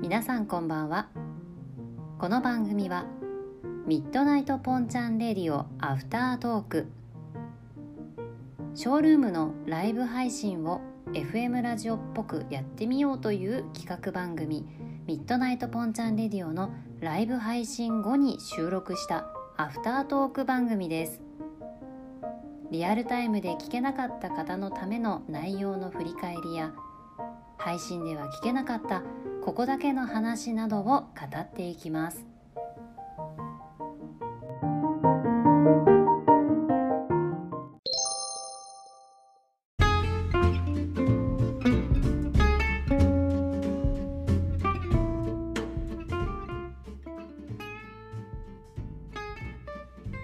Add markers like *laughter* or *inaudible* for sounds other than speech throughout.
皆さんこんばんはこの番組はミッドナイトポンチャンレディオアフタートークショールームのライブ配信を FM ラジオっぽくやってみようという企画番組ミッドナイトポンチャンレディオのライブ配信後に収録したアフタートーク番組ですリアルタイムで聞けなかった方のための内容の振り返りや配信では聞けなかったここだけの話などを語っていきます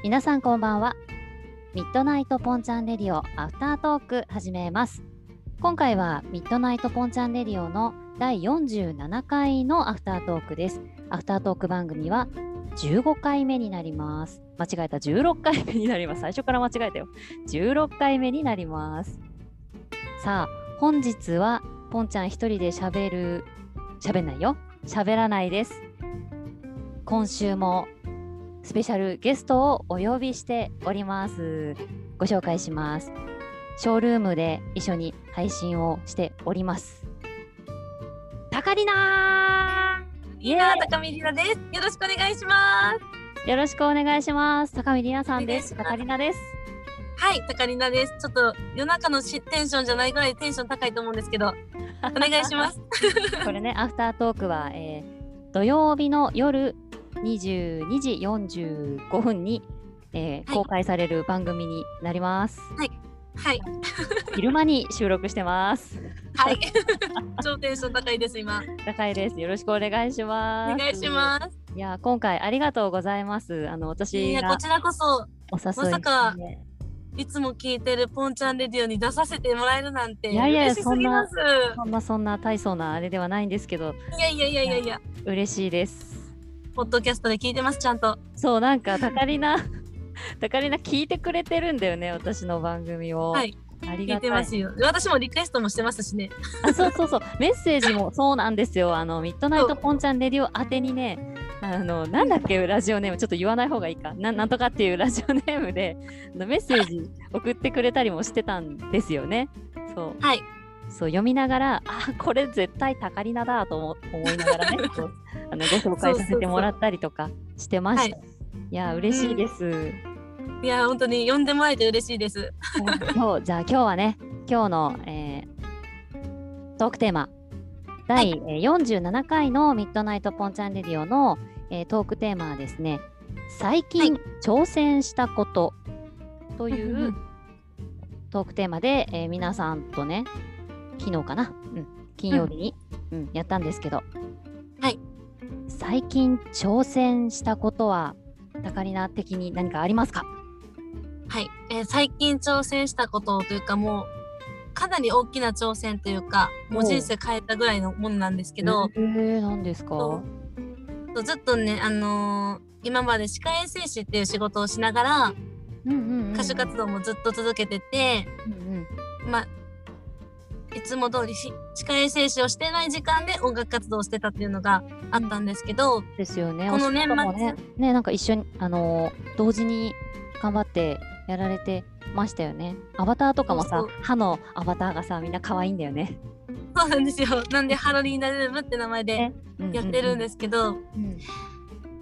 皆さんこんばんはミッドナイトポンチャンレディオアフタートーク始めます今回はミッドナイトポンチャンレディオの第47回のアフタートークですアフタートーク番組は15回目になります間違えた16回目になります最初から間違えたよ16回目になりますさあ本日はポンちゃん一人で喋る喋んないよ喋らないです今週もスペシャルゲストをお呼びしております。ご紹介します。ショールームで一緒に配信をしております。タカリナイエあ高見りなです。よろしくお願いします。ーよろしくお願いします。高見りなさんです。おタカ願いしますリナです。はい、高りなです。ちょっと夜中のしテンションじゃないぐらいテンション高いと思うんです *laughs* けど、お願いします。これね、アフタートークは、えー土曜日の夜22時45分に、えーはい公開される番組になります。はい、昼間に収録してます。はい。 *laughs* 超テンション高いです今。高いです。よろしくお願いしおます。願いします。いやー今回ありがとうございます。あのい私やがこちらこそお誘いまさかしていつも聞いてるポンちゃんレディオに出させてもらえるなんていやいや嬉しすぎます。そんなそんな大層なあれではないんですけどいやいやいやいやいや。嬉しいです。ポッドキャストで聞いてますちゃんと。そうなんかたかりな *laughs* たかりな聞いてくれてるんだよね私の番組を。はい、あり聞いがたてい。ますよ。私もリクエストもしてますしね。あそうそうそうメッセージもそうなんですよあのミッドナイそトうポンちゃんレディオ宛てにねあのなんだっけラジオネームちょっと言わない方がいいかななんとかっていうラ *laughs* ジオネームであのメッセージ送ってくれたりもしてたんですよねそうはい、そう読みながらあこれ絶対たかりなだと思思いながら *laughs* ねそうあのご紹介させてもらったりとかしてました。いや嬉しいです。いや本当に呼んでもらえて嬉しいです。 *laughs* 今日じゃあ今日はね今日の、えートークテーマ第、えー47回のミッドナイトポンチャンレディオの、えートークテーマはですね最近挑戦したことというんううんトークテーマで、えー皆さんとね昨日かな、うん、金曜日に、うんやったんですけど、はい、最近挑戦したことはたかりな的に何かありますかはい、えー最近挑戦したことというかもうかなり大きな挑戦というかもう人生変えたぐらいのものなんですけど、えー、何ですかそうそうずっとね、あのー今まで歯科衛生士っていう仕事をしながらうんうんうん歌手活動もずっと続けてて、うんまあいつも通りし歯科衛生士をしてない時間で音楽活動をしてたっていうのがあったんですけど、うん、ですよね。このお仕事もね年ね、なんか一緒に、あのー同時に頑張ってやられてましたよね。アバターとかもさ、そうそ歯のアバターがさ、みんな可愛いんだよね。そうなんですよなんでハロリーナルームって名前でねうん。やってるんですすけど、うん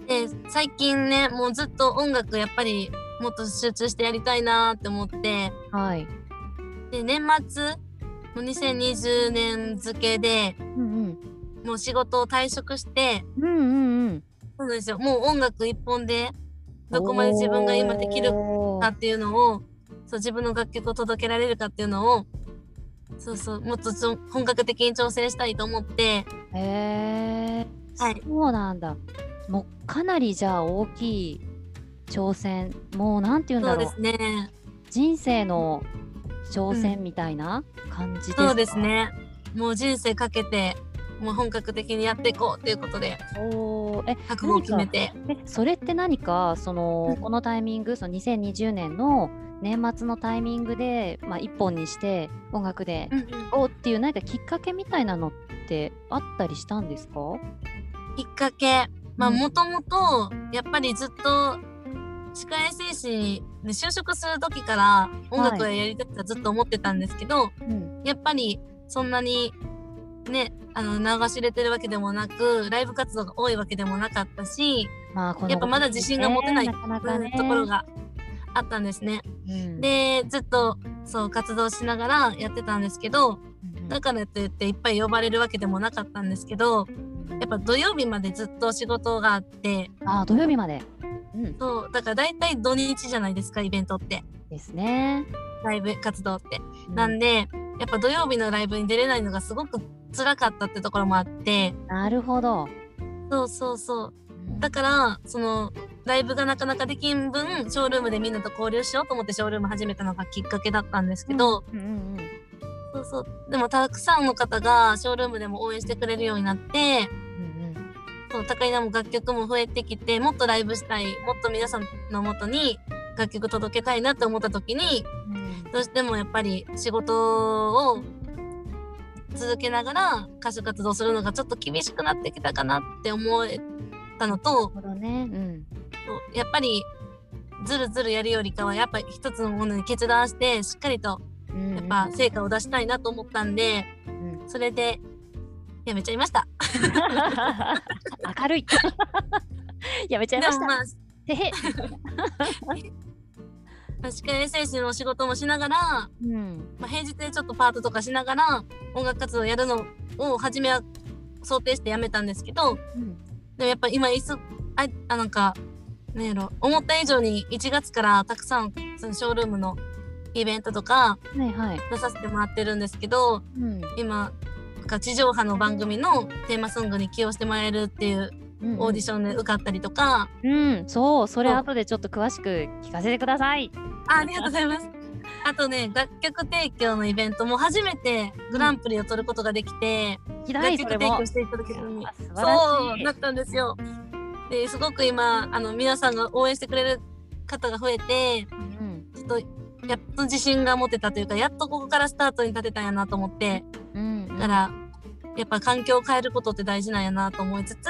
で最近ねもうずっと音楽やっぱりもっと集中してやりたいなって思ってはい。で年末もう2020年付けでうんもう仕事を退職してうん。うんうんうん。そうなんですよもう音楽一本でどこまで自分が今できるかっていうのをそう自分の楽曲を届けられるかっていうのをそうそうもっとちょ本格的に挑戦したいと思ってへえはいそうなんだ。もうかなりじゃあ大きい挑戦、もうなんて言うんそだうろでう。すね人生の挑戦みたいな感じですか、そうですねもう人生かけてもう本格的にやっていこうということでおーえ覚悟を決めてえそれって何かそのこのタイミングその2020年の年末のタイミングで、まあ、一本にして音楽でうんうんおっていう何かきっかけみたいなのってあったりしたんですかきっかけまあうんもともとやっぱりずっと歯科衛生士で就職する時から音楽をやりたくてずっと思ってたんですけど、うんやっぱりそんなにねあの流し入れてるわけでもなくライブ活動が多いわけでもなかったしまあこのやっぱまだ自信が持てないねなかなうかんねところがあったんですね。うんでずっとそう活動しながらやってたんですけどうんだからといっていっぱい呼ばれるわけでもなかったんですけどやっぱ土曜日までずっと仕事があってあー土曜日まで、うん、そうだから大体土日じゃないですかイベントってですね。ライブ活動って。うなんでやっぱ土曜日のライブに出れないのがすごく辛かったってところもあってなるほど。そうそうそううんだからそのライブがなかなかできん分ショールームでみんなと交流しようと思ってショールーム始めたのがきっかけだったんですけど、うんうんそうそうでもたくさんの方がショールームでも応援してくれるようになってうんうんそう高井菜も楽曲も増えてきてもっとライブしたいもっと皆さんのもとに楽曲届けたいなって思った時にどうしてもやっぱり仕事を続けながら歌手活動するのがちょっと厳しくなってきたかなって思えたのと、なるほどね。うん。そうやっぱりずるずるやるよりかはやっぱり一つのものに決断してしっかりとうんうんやっぱ成果を出したいなと思ったんでうんそれでやめちゃいました。 *laughs* 明るい。やめちゃいでました。もまあてへ。歯科衛生士の仕事もしながら、うん。まあ、平日でちょっとパートとかしながら音楽活動やるのを初めは想定してやめたんですけどうんでもやっぱ今いそああなんかなんやろ思った以上に1月からたくさんそのショールームのイベントとはかいはい。出させてもらってるんですけどうん今なんか地上波の番組のテーマソングに起用してもらえるっていううんオーディションで受かったりとか、うん、そう、それそう後でちょっと詳しく聞かせてください。あありがとうございます。あとね楽曲提供のイベントも初めてグランプリを取ることができて、聞きた楽い、曲それ提も供。していただけるにあ素晴そらうしいな。ったんですよ。ですごく今あの皆さんが応援してくれる方が増えてうんちょっとやっと自信が持てたというかやっとここからスタートに立てたんやなと思ってうんうんだからやっぱ環境を変えることって大事なんやなと思いつつ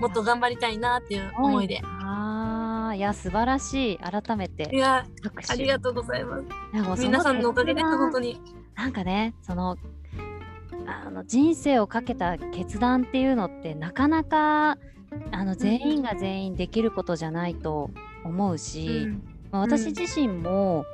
もっと頑張りたいなっていう思いで。ああ、いや、素晴らしい。改めいて。や拍手ありがとうございます。いやもうそ皆さんのおかげで決断本当になんかねそのあの人生をかけた決断っていうのってなかなかあの全員が全員できることじゃないと思ううし、んまあ、うん私自身も、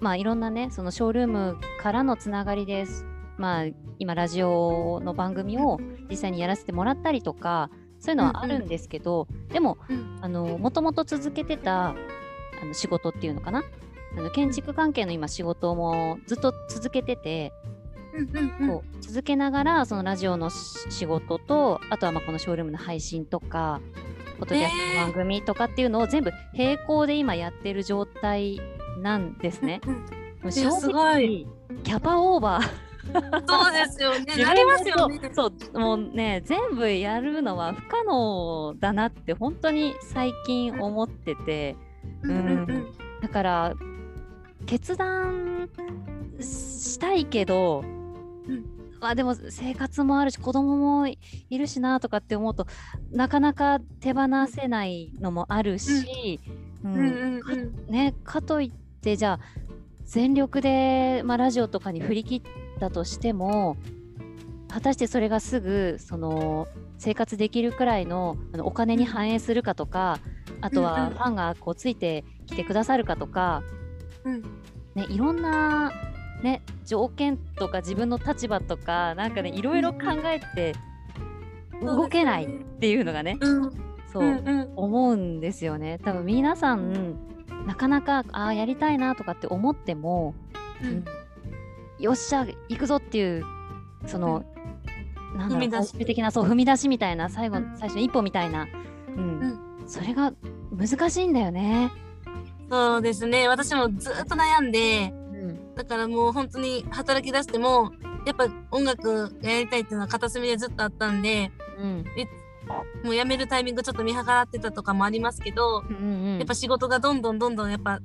まあ、いろんなねそのショールームからのつながりです、まあ、今ラジオの番組を実際にやらせてもらったりとかそういうのはあるんですけど、でもうんあのもともと続けてたあの仕事っていうのかなあの建築関係の今仕事もずっと続けてて、うんうんこう続けながらそのラジオのし仕事とあとはまあこのショールームの配信とかポッドキャストの番組とかっていうのを全部並行で今やってる状態なんですね。うんもういやすごいキャパオーバーそうですよね。 *laughs* 自分なりますよね。でそうそうもうね全部やるのは不可能だなって本当に最近思っててうんうんうんだから決断したいけど、うんまあでも生活もあるし子供もいるしなとかって思うとなかなか手放せないのもあるし、うんうんうんうんね、かといってじゃあ全力で、まあ、ラジオとかに振り切ったとしても果たしてそれがすぐその生活できるくらいのあのお金に反映するかとかあとうんはうんファンがこうついてきてくださるかとか、うんね、いろんな、ね、条件とか自分の立場とかなんかねいろいろ考えて動けないっていうのがねうんそううんうん思うんですよね多分皆さんなかなかああやりたいなとかって思っても、うんよっしゃ行くぞっていうその、なんだろ踏うみ出し最終的なそう踏み出しみたいな最後うの最初の一歩みたいな、うんうそれが難しいんだよね。そうですね。私もずっと悩んで、うんだからもう本当に働き出してもやっぱ音楽やりたいっていうのは片隅でずっとあったんで、うんもう辞めるタイミングちょっと見計らってたとかもありますけど、うんうんやっぱ仕事がどんどんどんどんやっぱ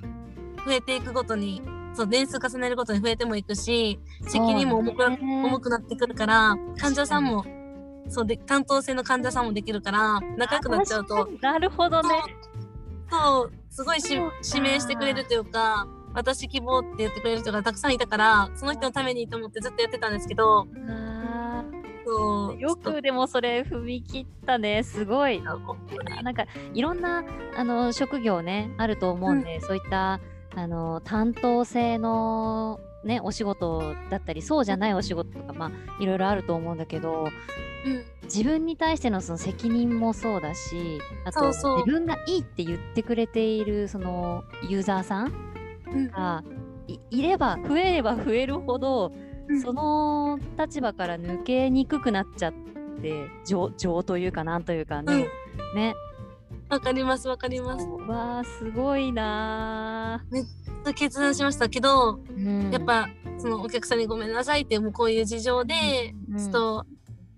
増えていくごとに、そう、年数重ねるごとに増えてもいくし、責任も重くな,、そうね重くなってくるから、患者さん確も、そうで、担当性の患者さんもできるから、仲良くなっちゃうと、確かになるほどねそう、すごいしそうか指名してくれるというか、私希望って言ってくれる人がたくさんいたから、その人のためにと思ってずっとやってたんですけど、あそうーよちょっくでもそれ踏み切ったねすごいとなんかいろんなあの職業ねあると思うんで、そういったあの担当性のねお仕事だったりそうじゃないお仕事とかまあいろいろあると思うんだけどうん、自分に対してのその責任もそうだしあとそうそう自分がいいって言ってくれているそのユーザーさんうんがいいれば増えれば増えるほど、うんその立場から抜けにくくなっちゃって情情というかなんというかうね,、ん、ねわかりますわかります。わあすごいな決断しましたけど、ー、うんやっぱそのお客さんにごめんなさいってもうこういう事情で、うんちょっと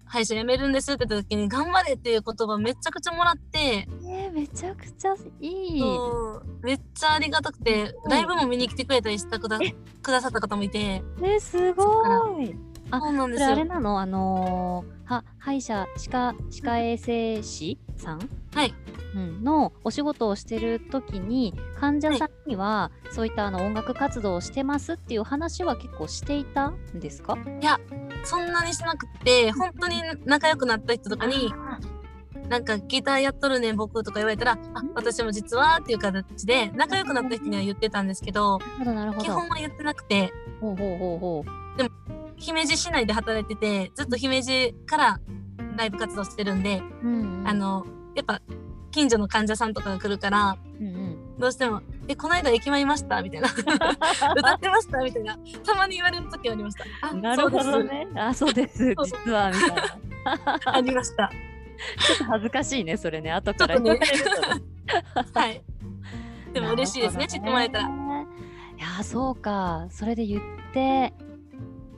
歯医者辞めるんですって言った時に頑張れっていう言葉めちゃくちゃもらって、ねめちゃくちゃいい。そうめっちゃありがたくて、うんライブも見に来てくれたりしたくだくださった方もいて、ねすごい。あそうなんそでれすあれよ。なのあのーは歯医者歯科歯科衛生士さん、はいうん、のお仕事をしてる時に患者さんには、そういったあの音楽活動をしてますっていう話は結構していたんですかそんなにしなくて、本当に仲良くなった人とかに、なんかギターやっとるねん僕とか言われたら、あ、私も実はっていう形で仲良くなった人には言ってたんですけど、なるほどなるほ基ど。本は言ってなくて、ほうほうほうほう。姫路市内で働いててずっと姫路からライブ活動してるんで、うんうんあ、のやっぱ近所の患者さんとかが来るからうんうん、どうしても「えこの間駅前いました?」み *laughs* たいな「歌ってました?」みたいなたまに言われる時ありました「あなるほそどうですね。あそうですそう実はみたいな。ありましたちょっと恥ずかしいねそれね後からちょ言わっとねれるとねはいでも嬉しいですね知ってもらえたらいやーそうかそれで言って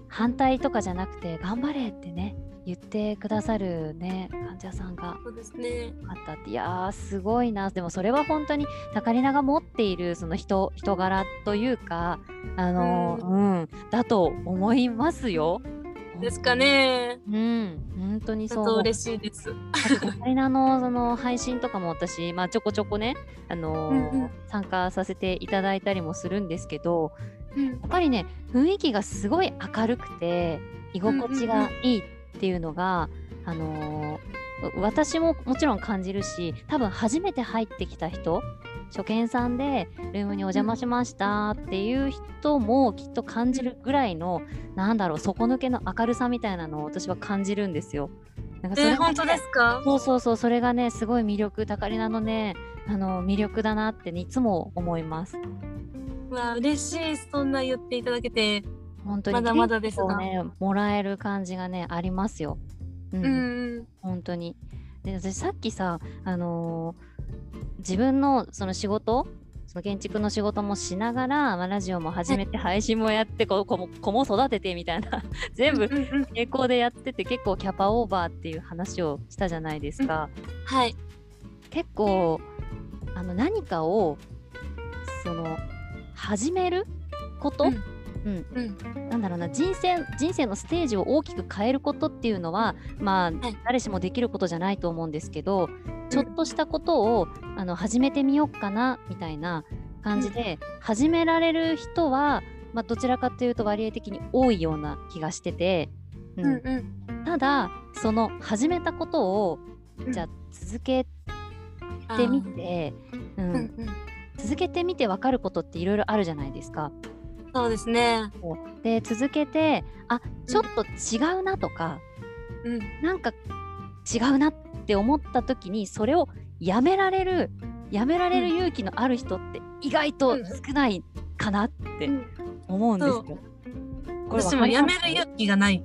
反対とかじゃなくて頑張れってね言ってくださるね患者さんがそうですねあったっていやーすごいなでもそれは本当にタカリナが持っているその人人柄というかあのーうん、だと思いますよ。ですかねうん本当にちそうょっ思とう嬉しいですタイナのその配信とかも私、まあ、ちょこちょこね、あのーうんうん参加させていただいたりもするんですけどうんやっぱりね雰囲気がすごい明るくて居心地がいいっていうのが、あのー私ももちろん感じるし多分初めて入ってきた人初見さんでルームにお邪魔しましたっていう人もきっと感じるぐらいのなんだろう底抜けの明るさみたいなのを私は感じるんですよ。なんかそえれがね本当ですかそうそうそう、それがね、すごい魅力、タカリナのね、あの魅力だなってね、いつも思います。うわ嬉しいそんな言っていただけて本当にまだまだです元な気をね、もらえる感じがね、ありますよ。うん、うん本当に。で、私さっきさ、あのー自分のその仕事。その建築の仕事もしながら、まあ、ラジオも始めて配信もやってこう子も子も育ててみたいな *laughs* 全 *laughs* 部うんうん並行でやってて結構キャパオーバーっていう話をしたじゃないですか。はい結構あの何かをその始めること、うんうんなんだろうな人生人生のステージを大きく変えることっていうのは、まあ誰しもできることじゃないと思うんですけどちょっとしたことをあの始めてみようかなみたいな感じで、始められる人は、まあ、どちらかというと割合的に多いような気がしてて、うんうんうんただその始めたことをじゃあ続けてみて、うんうんうん続けてみて分かることっていろいろあるじゃないですか。そうですね。で続けてあちょっと違うなとか、うん。なんか違うなって思った時にそれをやめられるやめられるうん勇気のある人って意外とうん少ないかなって思うんですよ。これ私も辞める勇勇気がない。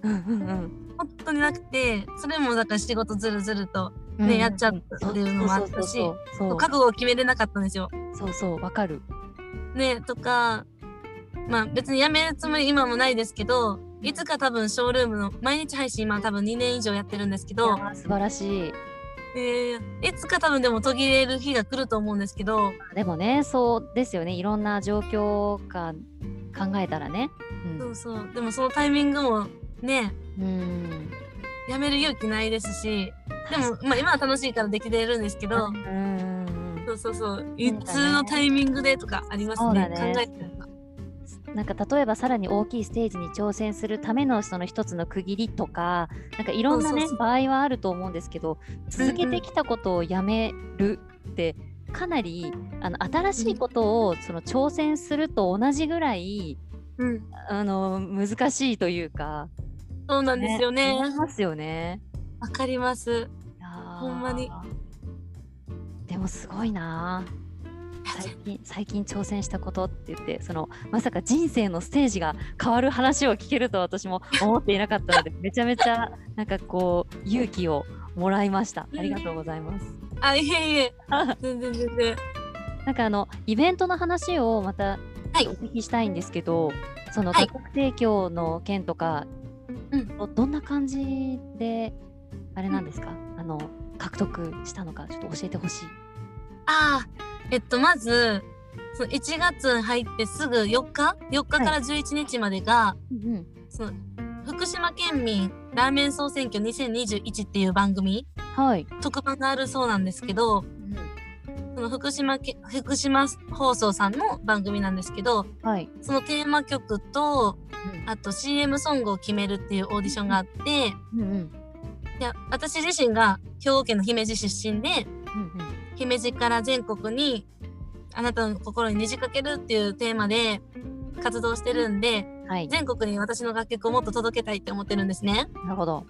気、うんうん本当になくて、それもだから仕事ずるずるとうんねやっちゃったっていうのもあったしそうそうそう覚悟を決めれなかったんですよ。そうそう分かる。ねとか、まあ別に辞めるつもり今もないですけど、いつか多分ショールームの毎日配信今多分2年以上やってるんですけど、いやー素晴らしい。えいつか多分でも途切れる日が来ると思うんですけど、でもね、そうですよね。いろんな状況か考えたらね。うんそうそうでもそのタイミングもねうん。やめる勇気ないですしでも、まあ、今は楽しいからできてるんですけどうんうんうんそうそうそうねいつのタイミングでとかありますそうねだね考えてるのなんか例えばさらに大きいステージに挑戦するためのその一つの区切りとかなんかいろんなねそうそうそう場合はあると思うんですけど続けうんうてんきたことをやめるってかなりあの新しいことをその挑戦すると同じぐらいうんあの難しいというかそうなんですよね思いますよね。わかりますいやーほんまにでもすごいなー最 *laughs* 近最近挑戦したことって言ってそのまさか人生のステージが変わる話を聞けるとは私も思っていなかった *laughs* のでめちゃめちゃなんかこう勇気をもらいましたありがとうございます。あいえい *laughs* え全然全然なんかあのイベントの話をまたおはい聞きしたいんですけど、そのは価い格提供の件とか、うんどんな感じであれなんですか、あの獲得したのかちょっと教えてほしい。ああえっとまずその1月入ってすぐ4日4日から11日までが、うんうん、その福島県民ラーメン総選挙2021っていう番組はい、特番があるそうなんですけどその福島け福島放送さんの番組なんですけどはい、そのテーマ曲とあと CM ソングを決めるっていうオーディションがあっていうんうんうんや私自身が兵庫県の姫路出身で姫路から全国にあなたの心に虹かけるっていうテーマで活動してるんでうん、はい、全国に私の楽曲をもっと届けたいって思ってるんですね。なるほど、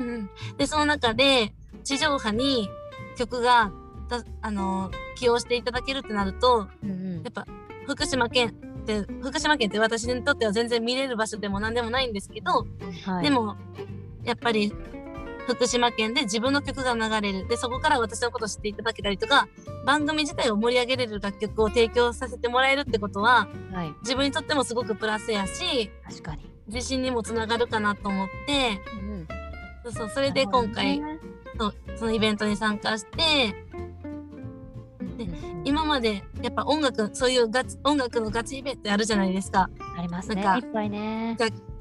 うん、うん、でその中で地上波に曲がだあの起用していただけるってなるとうんうんやっぱ福島県って福島県って私にとっては全然見れる場所でも何でもないんですけど、はい、でもやっぱり福島県で自分の曲が流れるでそこから私のことを知っていただけたりとか番組自体を盛り上げれる楽曲を提供させてもらえるってことははい、自分にとってもすごくプラスやし確かに、自信にもつながるかなと思ってうんうん、そうそうそれで今回なるそうそのイベントに参加してほどね、うんうんうでん今までやっぱ音楽そういうガチ音楽のガチイベントあるじゃないですかありますね、ないんっかぱいね、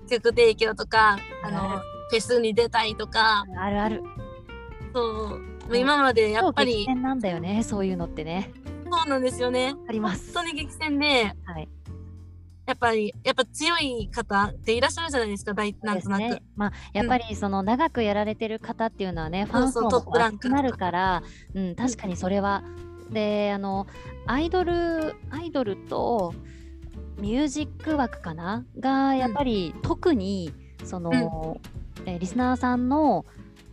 曲提供とかああのるフェスに出たいとかあるある、そうもう今までやっぱ超激り戦なんだよね、そういうのってね、そうなんですよねあります。本当に激戦ではい、やっぱりやっぱ強い方っていらっしゃるじゃないですか大なんとなく、ですね、まあやっぱりその長くやられてる方っていうのはね、ファン層そうもトップラン厚くカーとかなるから、うん確かにそれはであのアイドルアイドルとミュージック枠かながやっぱり特にその、えーリスナーさんの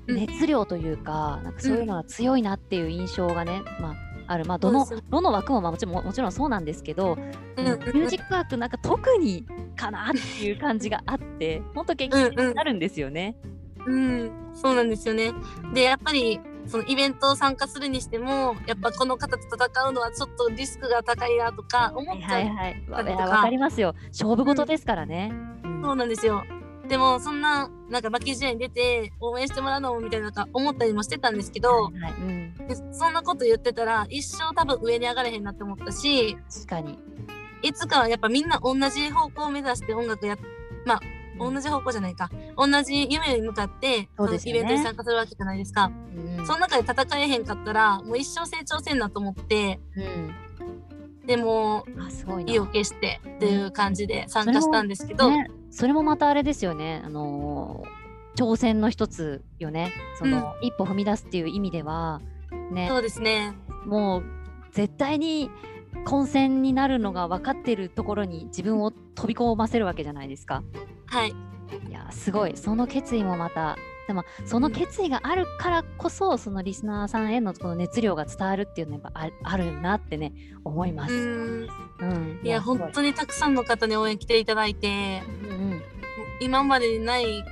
うん熱量というか,、なんかそういうのは強いなっていう印象がね、まああるまあどのそうですどの枠もまあもちろんもちろんそうなんですけど、うんミュージックワークなんか特にかなっていう感じがあって、もっと激戦になるんですよね。うん、そうなんですよね。で、やっぱり、そのイベントを参加するにしても、やっぱこの方と戦うのはちょっとリスクが高いなとか思っちゃはう。いはいだはい。とかいやわかりますよ。勝負事ですからね。うんそうなんですよ。でも、そんな、なんか負け試合に出て応援してもらうのもみたいな、なんか思ったりもしてたんですけど、はいはいうん、でそんなこと言ってたら、一生多分上に上がれへんなって思ったし、確かに。いつかはやっぱみんな同じ方向を目指して音楽や、まあ、同じ方向じゃないか。同じ夢に向かって、そうですイよねベントに参加するわけじゃないですか。うんその中で戦えへんかったらもう一生成長せんなと思ってうんでもあすごいな。意を決してっていう感じで参加したんですけど、ね、それもまたあれですよね。あのー挑戦の一つよね。その、一歩踏み出すっていう意味ではね、そうですねもう絶対に混戦になるのが分かってるところに自分を飛び込ませるわけじゃないですか。はいいやーすごいその決意もまたでもその決意があるからこそそのリスナーさんへのこの熱量が伝わるっていうのがやっぱああるなってね思いまうす。んうん、いやすご本当にたくさんの方に応援来ていただいてもううんうん今までにない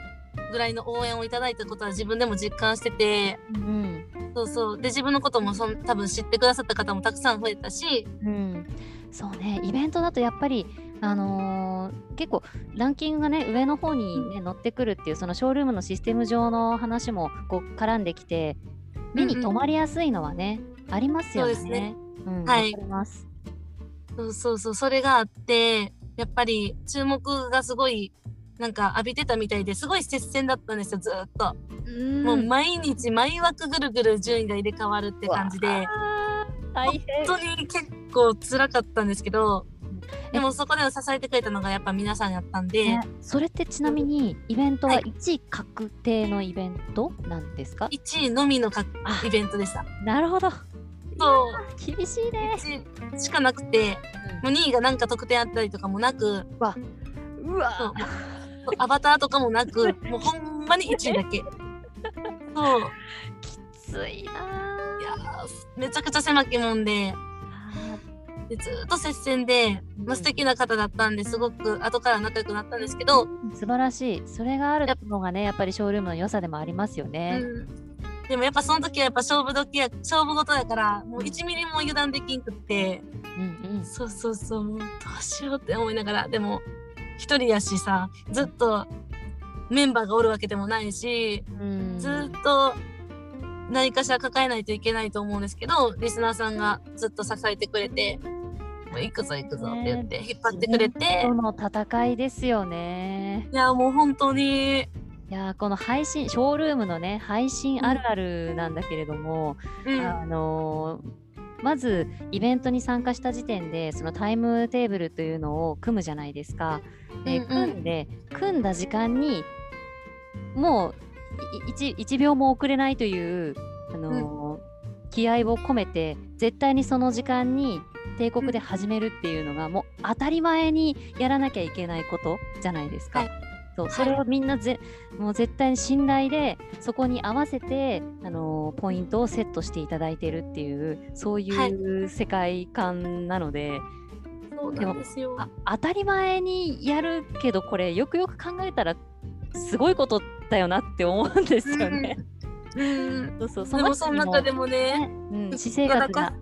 ぐらいの応援をいただいたことは自分でも実感しててうんそうそうで自分のこともそん多分知ってくださった方もたくさん増えたしうん、そうねイベントだとやっぱりあのー結構ランキングがね上の方にね乗ってくるっていうそのショールームのシステム上の話もこう絡んできて目にうんうん留まりやすいのはね、ありますよね。そうですねうん、はいわかります。そうそうそう、それがあって、やっぱり注目がすごい、なんか浴びてたみたいですごい接戦だったんですよ、ずーっと。もう毎日毎枠ぐるぐる順位が入れ替わるって感じで、わあ大変。本当に結構辛かったんですけど、でもそこでは支えてくれたのがやっぱ皆さんやったんで、ねそれってちなみにイベントははい1位確定のイベントなんですか、 1位のみのかあイベントでした。なるほど。そう厳しいね。 1位しかなくて、もう2位がなんか得点あったりとかもなく、うわそうアバターとかもなく、もうほんまに1位だ *laughs* け。そう。きついないやーめちゃくちゃ狭きもんであでずーっと接戦で、まあ、素敵な方だったんですごく後から仲良くなったんですけど、ー素晴らしいそれがあるのがねやっぱりショールームの良さでもありますようね、ん、でもやっぱその時はやっぱ勝負時や勝負事やからもう1ミリも油断できんくってうんそうそうそうもうどうしようって思いながらでも一人やしさずっとメンバーがおるわけでもないしうんうんずーっと何かしら抱えないといけないと思うんですけどリスナーさんがずっと支えてくれて「もう行くぞ行くぞ」って言って引っ張ってくれてこの戦いですよねいやもう本当に、いやーこの配信ショールームのね配信あるあるなんだけれども、うん、あのーまずイベントに参加した時点でそのタイムテーブルというのを組むじゃないですか。でうんうん組んで組んだ時間にもう 1, 秒も遅れないという、あのー気合を込めて絶対にその時間に帝国で始めるっていうのがもう当たり前にやらなきゃいけないことじゃないですか。はいそういそれをみんなぜもう絶対に信頼でそこに合わせて、あのーポイントをセットしていただいてるっていうそういう世界観なので、そうなんですよ。あ当たり前にやるけどこれよくよく考えたらすごいことだよなって思うんですよね。うん、そうそうそでもそ人の中でもね、うん、私生活が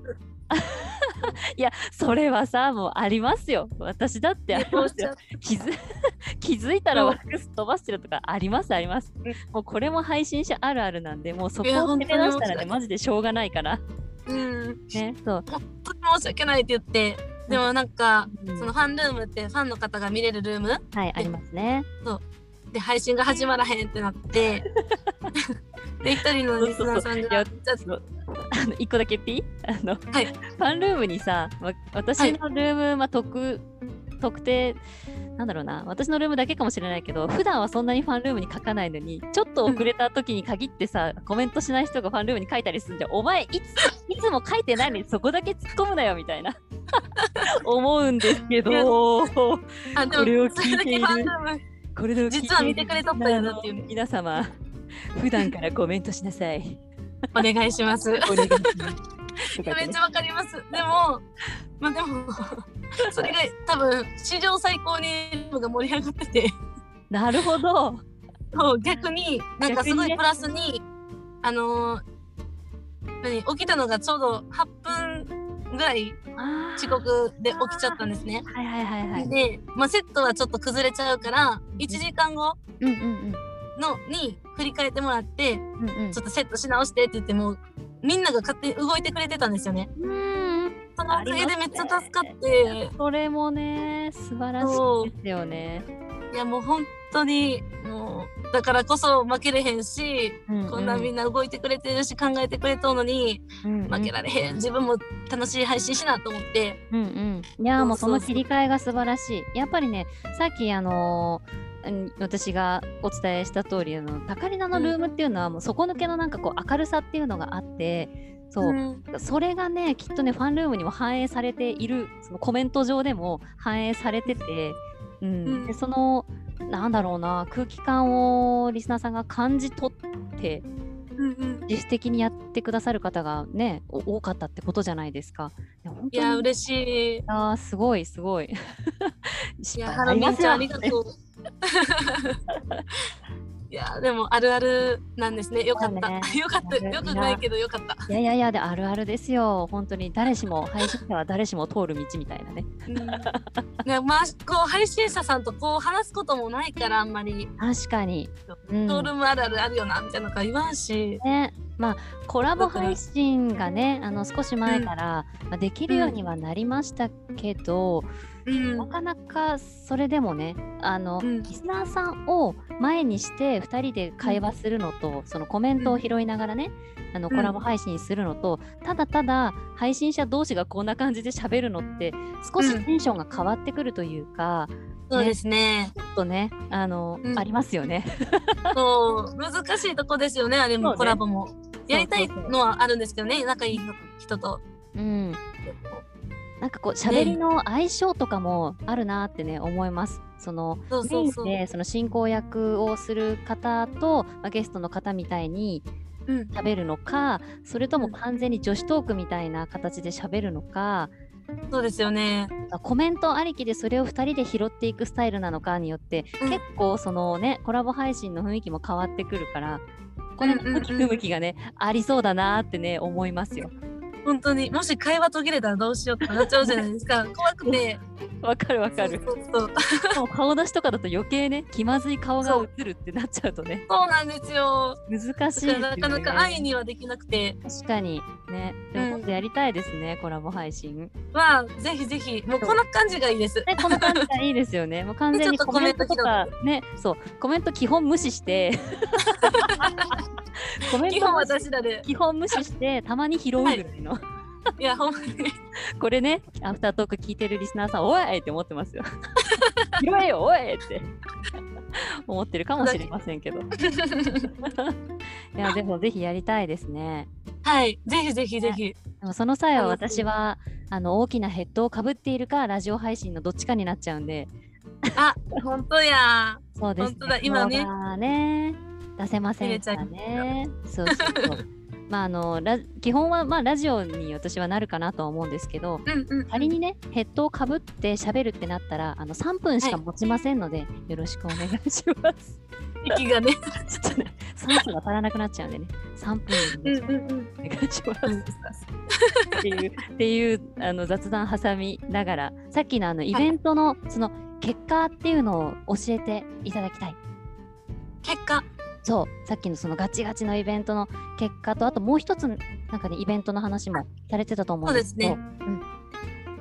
う *laughs* いやそれはさもうありますよ私だってありんますよ気づ *laughs* 気づいたらそうワックス飛ばしてるとかありますありますうんもうこれも配信者あるあるなんでもうそこいやを本手当出にしたら面白ねいマジでしょうがないからうん、ねそう本当に申し訳ないって言ってでもなんか、うんそのファンルームってファンの方が見れるルームはいありますねで配信が始まらへんってなってで一人のリスナーさそんうが「じゃああの一個だけピあの、はいファンルームにさ、ま、私のルーム、まあ、特特定なんだろうな私のルームだけかもしれないけど普段はそんなにファンルームに書かないのにちょっと遅れた時に限ってさコメントしない人がファンルームに書いたりするんじゃんお前いついつも書いてないのにそこだけ突っ込むなよみたいな *laughs* 思うんですけいやどこあでもこれを聞いているそだけファンルームれの聞い実は見てくれとったんやるなっていうね皆様普段からコメントしなさ *laughs* いお願いします。お願いしますとか言ってめっねちゃわかります。でも、まあでも、 *laughs* それが多分、史上最高にルームが盛り上がってて、なるほどそう逆に、なんかす逆ごにねいプラスに、あのー何、起きたのがちょうど8分ぐらい遅刻で起きちゃったんですね。はいはいはいはい。で、まあ、セットはちょっと崩れちゃうから、1時間後うんうんのに振り返ってもらって、うん。うんうんちょっとセットし直してって言ってもうみんなが勝手に動いてくれてたんですよね。うん。そのおかげでめっちゃ助かって、それもね、素晴らしいですよね。いやもう本当にもうだからこそ負けれへんし、こんなみんなな動いてくれてるし考えてくれとうのに負けらい。れへん自分も楽しい配信しなと思って、うんうん。いやーもうその切り替えが素晴らしい。やっぱりね、さっきあのー。うん私がお伝えした通りあのタカリナのルームっていうのはもう底抜けのなんかこう明るさっていうのがあってそう、んそれがねきっとねファンルームにも反映されているそのコメント上でも反映されてて、うんうんでそのなんだろうな空気感をリスナーさんが感じ取ってうんうん実質的にやってくださる方がねお多かったってことじゃないですか。いや本い当やに嬉しい。いあーすごいすごい。や失敗 *laughs* ハあラりミまンすちゃんよありがとう。 *laughs* いやーでもあるあるなんですね。よかった。そうね *laughs* よかった。よくないけどよ *laughs* かった。いやいやいやであるあるですよ本当に誰しも配信者は誰しも通る道みたいなねね、まあ、こう配信者さんとこう話すこともないからあんまり、確かに、うんトールームあるあるあるよなみたいなのか言わんし、ねまあコラボだから配信がねあの少し前から、まあ、できるようにはなりましたけど、うん、なかなかそれでもねあの、うんリスナーさんを前にして2人で会話するのと、そのコメントを拾いながらね、あのうんコラボ配信するのと、ただただ配信者同士がこんな感じで喋るのって少しうんテンションが変わってくるというか、そうですね。ちょっとねあの、うんありますよね。そう難しいとこですよね。あれそうもねコラボも、やりたいそうそうそうのはあるんですけどね。仲いい人と。うんなんかこう喋りの相性とかもあるなってね思います。そのそうメイそうンそう。でその進行役をする方と、まあ、ゲストの方みたいにうん喋るのかそれともうん完全に女子トークみたいな形で喋るのか、そうですよね。まあコメントありきでそれを2人で拾っていくスタイルなのかによって、うん結構そのねコラボ配信の雰囲気も変わってくるからこれの向きうんうんうん不向きがね、ありそうだなってね思いますよ。本当にもし会話途切れたらどうしようってなっちゃうじゃないです *laughs* か。怖くて。わかるわかる。そうそうそうもう顔出しとかだと余計ね気まずい顔が映るってなっちゃうと *laughs* ねそうなんですよ。難しいですよだねからなかなか安易にはできなくて、確かにねでうんも今度やりたいですね、コラボ配 *laughs* 信まあぜひぜひもうこんな感じがいいです。ねこの感じがいいですよねもう完全にちょっとコメントとかコねそうコメント基本無視してコメン *laughs* 基ト本無視私らで。基本無視してたまに拾うぐらいの、いやほんまに。 *laughs* これねアフタートーク聞いてるリスナーさんおいって思ってますよ *laughs* 拾えよおいって思ってるかもしれませんけどいやでもぜひやりたいですねはいぜひぜひぜひ。でもその際は楽しい私はあの大きなヘッドをかぶっているかラジオ配信のどっちかになっちゃうんであ本当や。そうです、ね、本当だ今ね顔がね出せませんからねそうそうそう *laughs* まああのラ基本はまあラジオに私はなるかなとは思うんですけどうんうん。仮にねヘッドをかぶって喋るってなったらあの3分しか持ちませんので、よろしくお願いします。 *laughs* 息がね。ちょっとね酸素が足らなくなっちゃうんでね3うん分うんお願いします。うん。っていうっていうあの雑談挟みながらさっきのあのイベントのその結果っていうのを教えていただきたい。結果。そうさっきのそのガチガチのイベントの結果とあともう一つなんかねイベントの話もされてたと思うんですけどそうで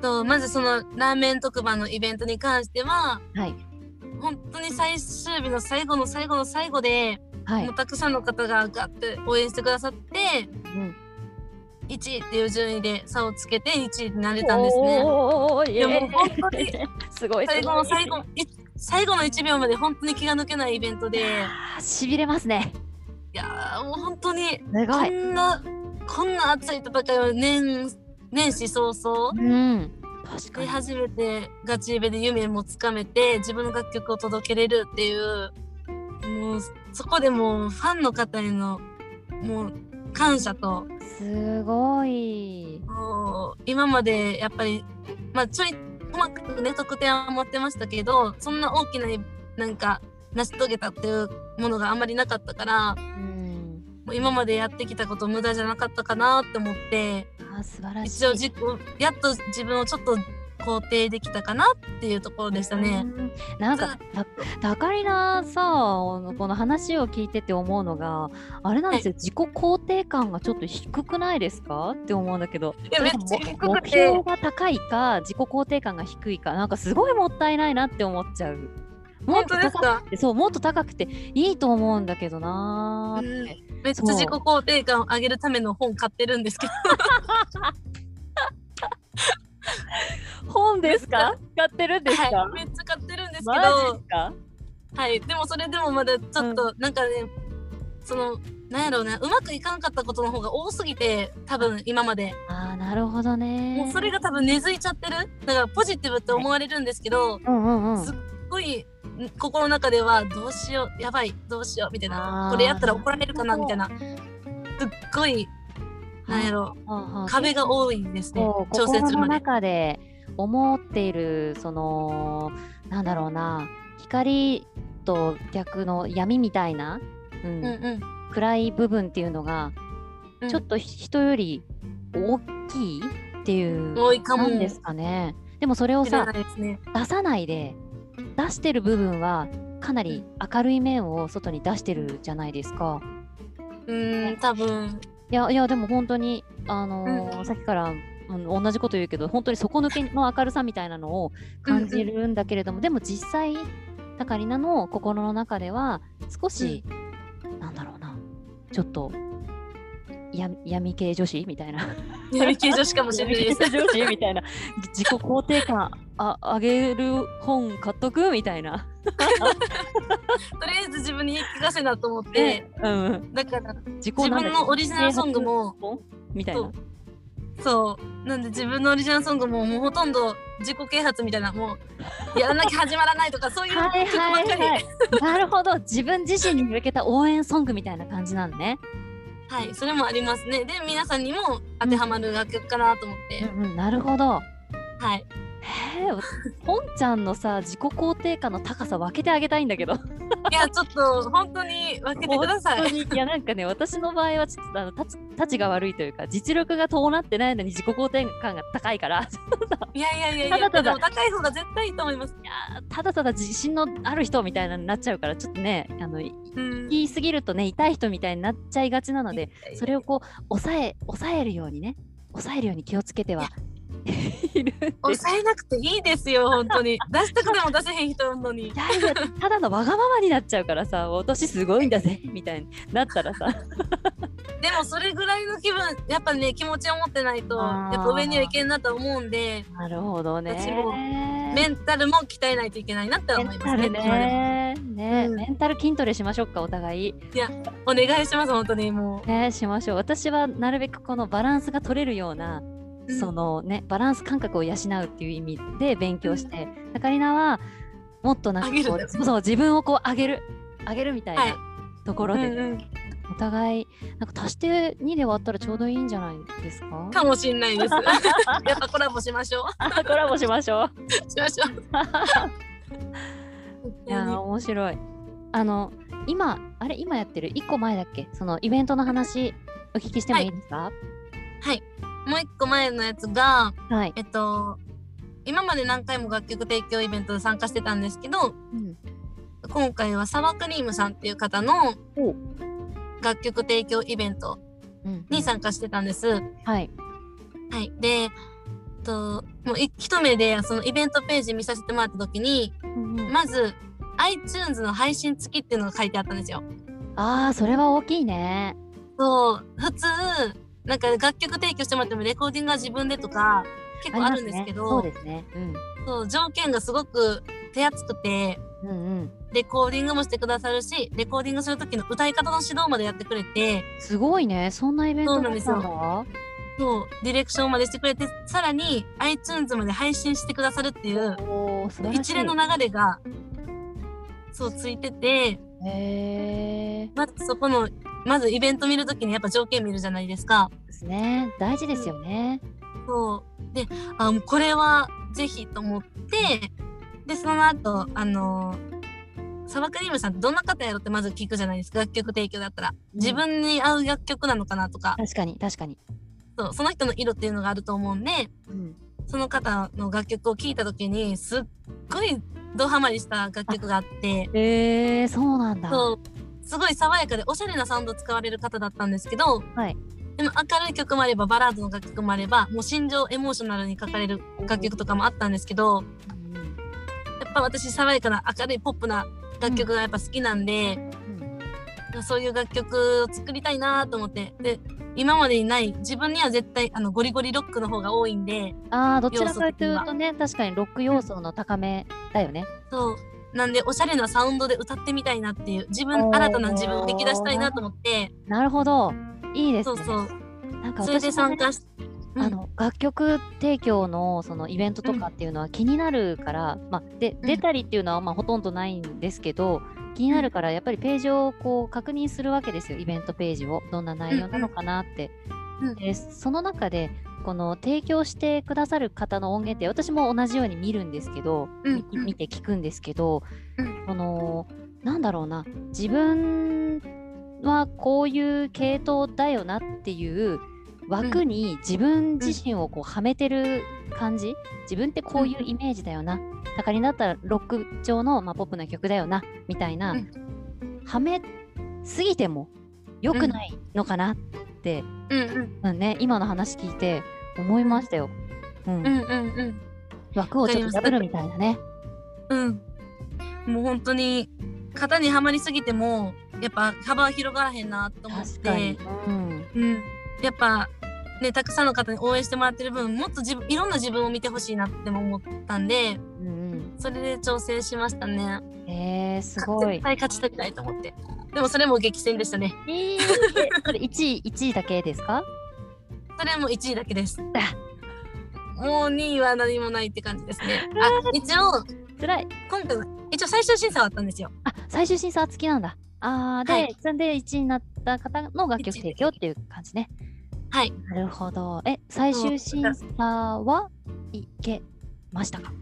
とまずそのラーメン特番のイベントに関してははい本当に最終日の最後の最後の最後で、はいもうたくさんの方がガッて応援してくださってうん1位っていう順位で差をつけて1位になれたんですおーおね。ーおーおーイエーイいやもう本当 *laughs* にすごい最後の最後後い最後の1秒まで本当に気が抜けないイベントでしびれますねいやーもう本当にすこごいんな、こんな熱い戦いを年年始早々うん確かでに初めてガチイベで夢もつかめて自分の楽曲を届けれるっていうもうそこでもうファンの方へのもう感謝とすごいもう今までやっぱりまあちょい細かくね得点は持ってましたけどそんな大きななんか成し遂げたっていうものがあんまりなかったからうんもう今までやってきたこと無駄じゃなかったかなって思ってあー素晴らしい一応自己やっと自分をちょっと肯定できたかなっていうところでしたね。うん。なんかただからなさあのこの話を聞いてて思うのがあれなんですよ、自己肯定感がちょっと低くないですかって思うんだけどいやめっちそゃれ低ともく目て標が高いか自己肯定感が低いかなんかすごいもったいないなって思っちゃう。もっ本と当で高すくかてそうもっと高くていいと思うんだけどなーって、めっちゃ自己肯定感を上げるための本買ってるんですけど本ですか買ってるんですか、はい、 *laughs* めっちゃ買ってるんですけど、マジですかはい、でもそれでもまだちょっとなんかね、そのなんやろうなうまくいかんかったことの方が多すぎて多分今まで、あーなるほどねもうそれが多分根付いちゃってるだからポジティブって思われるんですけど、うんうんうんすっごいん心の中ではどうしようやばいどうしようみたいなあーこれやったら怒られるかなみたいなすっごいなんやろはあはあ壁が多いですねこう調整する心のまで。中で思っているそのなんだろうな光と逆の闇みたいな、うんうんうん暗い部分っていうのが、うんちょっと人より大きいっていう多いかもなんですかね。でもそれを知らさないですね出さないで出してる部分はかなり明るい面を外に出してるじゃないですか。うん多分いやいやでも本当にあのーうんさっきから、うん、同じこと言うけど本当に底抜けの明るさみたいなのを感じるんだけれども、でも実際タカリナの心の中では少し、なんだろうなちょっとや闇系女子みたいな闇系女子かもしれ *laughs* ないです闇系女子みたいな自己肯定感あ上げる本買っとくみたいな。とりあえず自分に言い聞かせなと思って、うん、だから自己自分のオリジナルソングもみたいそなう。そうなんで自分のオリジナルソングももうほとんど自己啓発みたいなもうやらなきゃ始まらないとかそういう曲ばっはいはいかりはい。 *laughs* なるほど、自分自身に向けた応援ソングみたいな感じなんね。はい、それもありますね。で、皆さんにも当てはまる楽曲かなと思って。うんうん、なるほど。はい。へえ、ポンちゃんのさ、自己肯定感の高さ分けてあげたいんだけど。いや、ちょっと本当に分けてくだ *laughs* さい。本 *laughs* 当にいや、なんかね、私の場合はちょっとあのたちたちが悪いというか、実力が伴ってないのに自己肯定感が高いから、 *laughs* いやいやいやいたや、だただでも高い方が絶対いいと思います。ただただ自信のある人みたいなのになっちゃうから、ちょっとね、あのうん。言いすぎるとね、痛い人みたいになっちゃいがちなので、それをこう抑え抑えるようにね抑えるように気をつけては *laughs* いるんです。抑えなくていいですよ、本当に。 *laughs* 出したくても出せへん人なのにい。やいやただのわがままになっちゃうからさ私すごいんだぜみたいになったらさでもそれぐらいの気分、やっぱね、気持ちを持ってないと、あやーっぱ上にはいけんなと思うんで、なるほどね私もメメンタルも鍛えないといけないなって思いンまタすね。ルねね、うんメンタル筋トレしましょうかお互い、お願いします、本当にもね、しましょう私はなるべくこのバランスが取れるようなう。そのねバランス感覚を養うっていう意味で勉強して、たかりなはもっとなん上げかこるんだうよそうそう自分をこう上げる上げるみたいはいなとこうろん。で、うんお互いなんか足して2で割ったらちょうどいいんじゃないですかうん。かもしんな *laughs* いです。やっぱコラボしましょあ *laughs* コラボしましょう。う。しましょう。 *laughs* いやー面白い。あの今あれ今やってる1個前だっけそのイベントの話お聞きしてもいいですか？もう一個前のやつが、はい。えっと、今まで何回も楽曲提供イベントで参加してたんですけど、うん今回はサワークリームさんっていう方のお楽曲提供イベントうんに参加してたんです。ははい。い。で、えっと、もうい一目でそのイベントページ見させてもらった時に、うんまず iTunes の配信付きっていうのが書いてあったんですよ。ああそれは大きいね。そう、普通、なんか楽曲提供してもらってもレコーディングは自分でとか結構あるんですけど、ありますねそうですね。そう条件がすごく手厚くてうんうんうん。レコーディングもしてくださるしレコーディングする時の歌い方の指導までやってくれてすごいねそんなイベントだったそんうだ。そうディレクションまでしてくれてさらに iTunes まで配信してくださるっていうおお素晴らしい。一連の流れがそうついててへえまずそこのまずイベント見る時にやっぱ条件見るじゃないですか。ですね大事ですよね。そうであもうこれはぜひと思ってでその後あのサバクリームさんってどんな方やろってまず聞くじゃないですか楽曲提供だったら自分に合う楽曲なのかなとか、確かに確かに。そうその人の色っていうのがあると思うんでうんその方の楽曲を聴いた時にすっごいドハマりした楽曲があってえー、そうなんだ。そうすごい爽やかでおしゃれなサウンド使われる方だったんですけど、はいでも明るい曲もあればバラードの楽曲もあればもう心情エモーショナルに書かれる楽曲とかもあったんですけど、うんやっぱ私爽やかな明るいポップな楽曲がやっぱ好きなんで、うんそういう楽曲を作りたいなと思ってで今までにない自分には絶対あのゴリゴリロックの方が多いんでああどちらかというとね確かにロック要素の高めだよね。そうなんでおしゃれなサウンドで歌ってみたいなっていう自お分ー新たな自分を引き出したいなと思ってなるほどいいですそね。うそうなんかそれで私もね参加しうんあの楽曲提供のそのイベントとかっていうのは気になるから、まあ、で出たりっていうのはまあほとんどないんですけど気になるからやっぱりページをこう確認するわけですよイベントページをどんな内容なのかなって。うんうんでその中でこの提供してくださる方の音源って私も同じように見るんですけど、うんみ見て聞くんですけど、うんこのなんだろうな自分はこういう系統だよなっていう枠に自分自身をこうはめてる感じ、自分ってこういうイメージだよな、たかになったらロック調の、まあ、ポップな曲だよなみたいな、うんはめすぎても良くないのかなって、うんうんうんね、今の話聞いて思いましたよ。うんうんうんうん枠をちょっと破るみたいなね。うん。もう本当に型にはまりすぎてもやっぱ幅は広がらへんなと思っ確かてに、。うんうん、やっぱねたくさんの方に応援してもらってる分もっと自分いろんな自分を見てほしいなっても思ったんでうんそれで調整しましたね。うん、えー、すごい絶。対勝ちたくないと思って。でもそれも激戦でしたね。えー、それ一位一位だけですか？それも1位だけです。もう2位は何もないって感じです *laughs* ね。あ一応辛い。今回一応最終審査はあったんですよ。あ、最終審査付きなんだ。あーで、はいそれで一位になった方の楽曲提供っていう感じね。はい。なるほど。え、最終審査はいけましたか？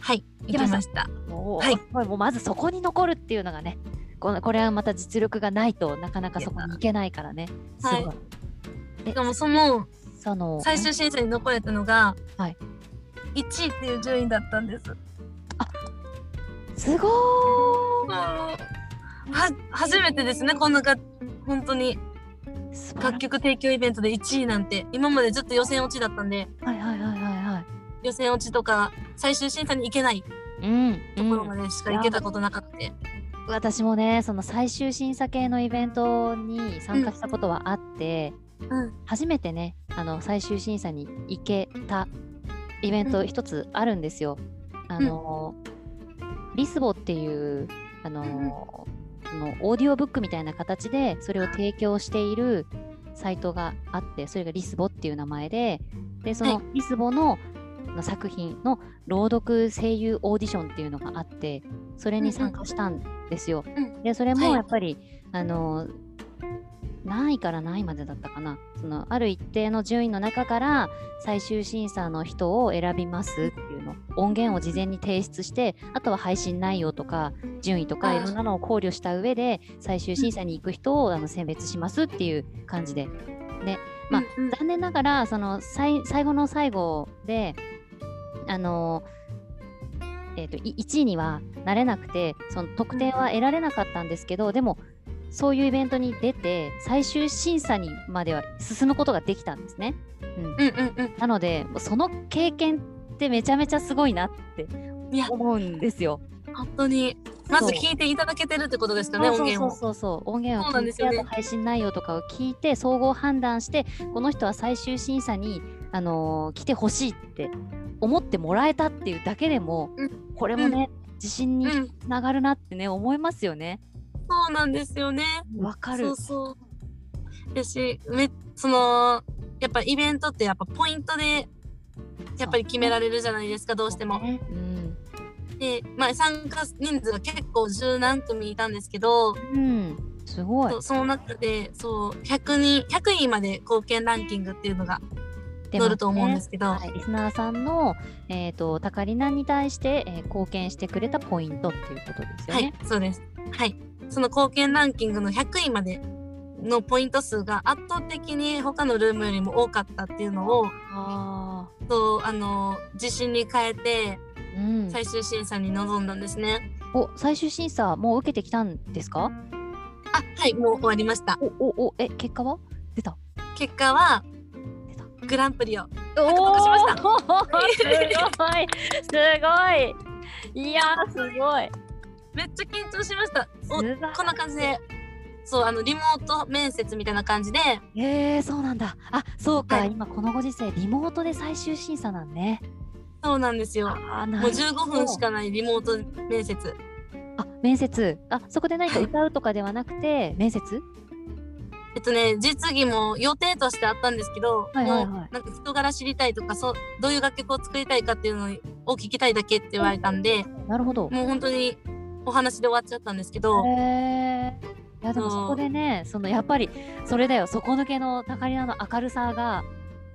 はい。い行けまきしたました。おーはいすごいもうまずそこに残るっていうのがね。このこれはまた実力がないとなかなかそこに行けないからね。すごい。はえでもそのその最終審査に残れたのがはい1位っていう順位だったんです。すごは初めてですねこんなが本当ーにい。素晴らし楽曲提供イベントで1位なんて今までずっと予選落ちだったんでいはいはいはいはいはい。予選落ちとか最終審査に行けないうん、ところまでしか行けたことなかった、私もねその最終審査系のイベントに参加したことはあって、うん初めてねあの最終審査に行けたイベンうトん一つあるんですよ。あのリスボっていうあの、うんうんそのオーディオブックみたいな形でそれを提供しているサイトがあってそれがリスボっていう名前ででそのはリスボのの作品の朗読声優オーディションっていうのがあってそれに参加したんですよ。うんでそれもはいやっぱり、あの何位から何位までだったかなそのある一定の順位の中から最終審査の人を選びますっていうの音源を事前に提出してあとは配信内容とか順位とかあーいろんなのを考慮した上で最終審査に行く人をあの選別しますっていう感じでまあうんうん残念ながらその最最後の最後であのえー、とい1位にはなれなくてその得点は得られなかったんですけどでもそういうイベントに出て最終審査にまでは進むことができたんですね。うん、うんうんなのでその経験ってめちゃめちゃすごいなっていや思うんですよ。うん本当にまずそう聞いていただけてるってことですかねそうそ音う源をそうそうそう音源をそうなん聞でいすて、よあねと配信内容とかを聞いて総合判断してこの人は最終審査に、あのー来てほしいって思ってもらえたっていうだけでも、うこれもね、自信うにんつながるなってね思いますよね。そうなんですよねわかるそうそうやしめそのやっぱイベントってやっぱポイントでやっぱり決められるじゃないですかどうしてもねうんで、まあ、参加人数が結構十何組いたんですけど、うん、すごいそうその中でそう100人100位まで貢献ランキングっていうのが出ま載ると思うんですけど、はい、リスナーさんの、えー、とタカリナに対して、えー貢献してくれたポイントっていうことですよはねい。、そうです。はい、その貢献ランキングの100位までのポイント数が圧倒的に他のルームよりも多かったっていうのを、あそうあの自信に変えてーうん、最終審査に臨んだんですね。お最終審査もう受けてきたんですかあ、はい、もう終わりました。おおおえ結果は出た結果は出たグランプリを。お獲得しま *laughs* したーすごいすごいいやーすごい *laughs* めっちゃ緊張しました。おすごいこんな感じで、そう、あの、リモート面接みたいな感じで、えー、そうなんだあそうか、はい今このご時世リモートで最終審査なんねそうなんですよ。あなもう15分しかないリモート面接。あ面接あそこで何かはい歌うとかではなくて面接えっとね、実技も予定としてあったんですけど、はいはいはいもうなんか人柄知りたいとかそう、どういう楽曲を作りたいかっていうのを聞きたいだけって言われたんで、なるほどもう本当にお話で終わっちゃったんですけへど、えいやでもそうそこでねそのやっぱりそれだよ底抜けのタカリナの明るさが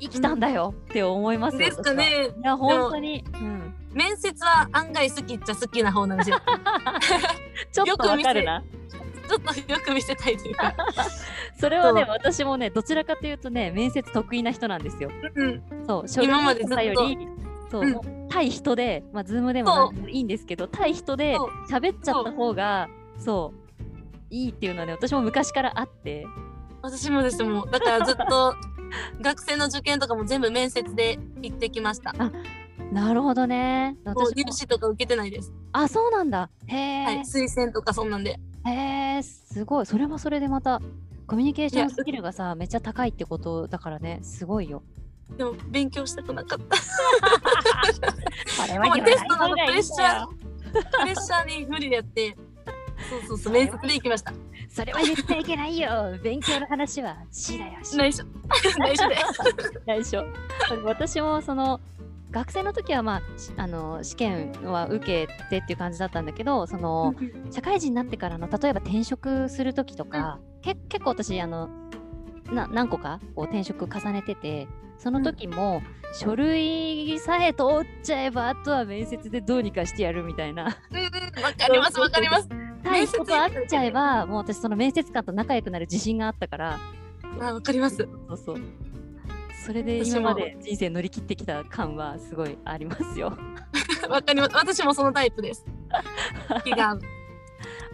生きたんだよって思いますよですかね、いや本当に、うん、 *laughs* 面接は案外好きっちゃ好きな方なんですよ。ちちょっとわかるな。ちょっとよく見せたいというか。それはね、そう私もね、どちらかというとね、面接得意な人なんですよ。うん。そう、書類今までずっととかより、そう、うんもう対人で、まあ、ズームでもなんでもいいんですけど、対人でそう喋っちゃった方が、そう、いいっていうのはね、私も昔からあって、私もですもうだからずっと学生の受験とかも全部面接で行ってきました。なるほどね。もう私も入試とか受けてないです。あ、そうなんだ。へえ、はい、推薦とかそんなんで。へえ、すごい。それもそれでまた、コミュニケーションスキルがさ、めっちゃ高いってことだからね、すごいよ。でも勉強したくなかった。これもうテストなどプレッシャー、プレッシャーに無理やって、そうそうそう、面接で行きました。それは言っちゃいけないよ。勉強の話はしだよ。し内緒。 *laughs* 内緒で。内緒。私もその学生の時はまあしあの試験は受けてっていう感じだったんだけど、その社会人になってからの例えば転職する時とか、け結構私あのな何個かこう転職重ねてて。その時も、書類さえ通っちゃえばあとは面接でどうにかしてやるみたいなうんうん、わかります、わかります。対面人接と会っちゃえばもう私その面接官と仲良くなる自信があったからあ、わかります。そうそう。それで私今もまで人生乗り切ってきた感はすごいありますよ。わかります。私もそのタイプです。気が合う。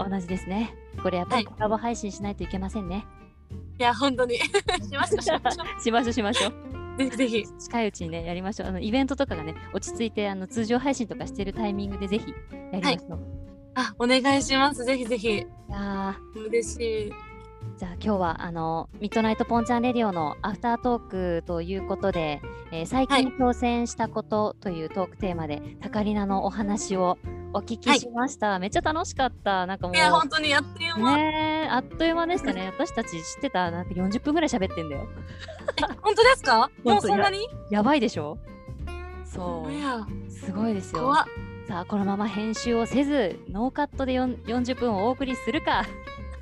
同じですね。これやっぱりコラボ配信しないといけませんね。いや、本当に。しましょう、しましょしましょうしましょう。う。ぜひぜひ。近いうちにねやりましょう。あのイベントとかがね落ち着いてあの通常配信とかしてるタイミングでぜひやりましょう。あ、お願いします。ぜひぜひ。い、や嬉しい。ーじゃあ今日はあのミッドナイトポンチャンレディオのアフタートークということで、えー最近挑戦したことというトークテーマで、タカリナのお話をお聞きしました。めっちゃ楽しかった。なんかもういや、本当にやっていう間。ねえあっという間でしたね。私たち知ってたなんて40分ぐらい喋ってんだよ。本当ですかも本う当そんなにやばいでしょそいや、う、すごいですよ怖。っ。さあ、このまま編集をせず、ノーカットでよん40分をお送りするか、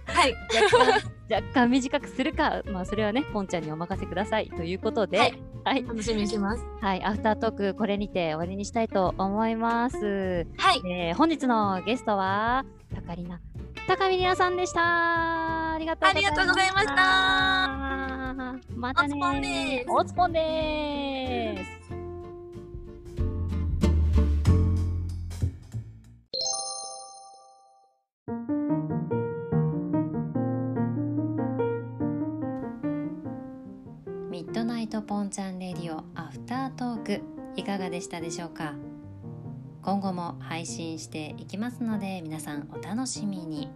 はい。若干若干短くするか、まあ、それはね、ポンちゃんにお任せくださいということで、ははいい、楽しみにしてます。はいアフタートーク、これにて終わりにしたいと思います。はい。えー本日のゲストは、たかりな、高見りなさんでした。ありがとうございました。。ありがとうございましたまたねー。おつぽんですおつぽんです。ミッドナイトポンチャンレディオアフタートークいかがでしたでしょうか今後も配信していきますので皆さんお楽しみに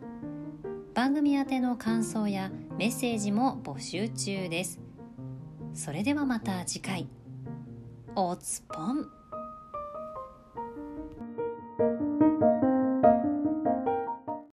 番組宛ての感想やメッセージも募集中ですそれではまた次回おつぽん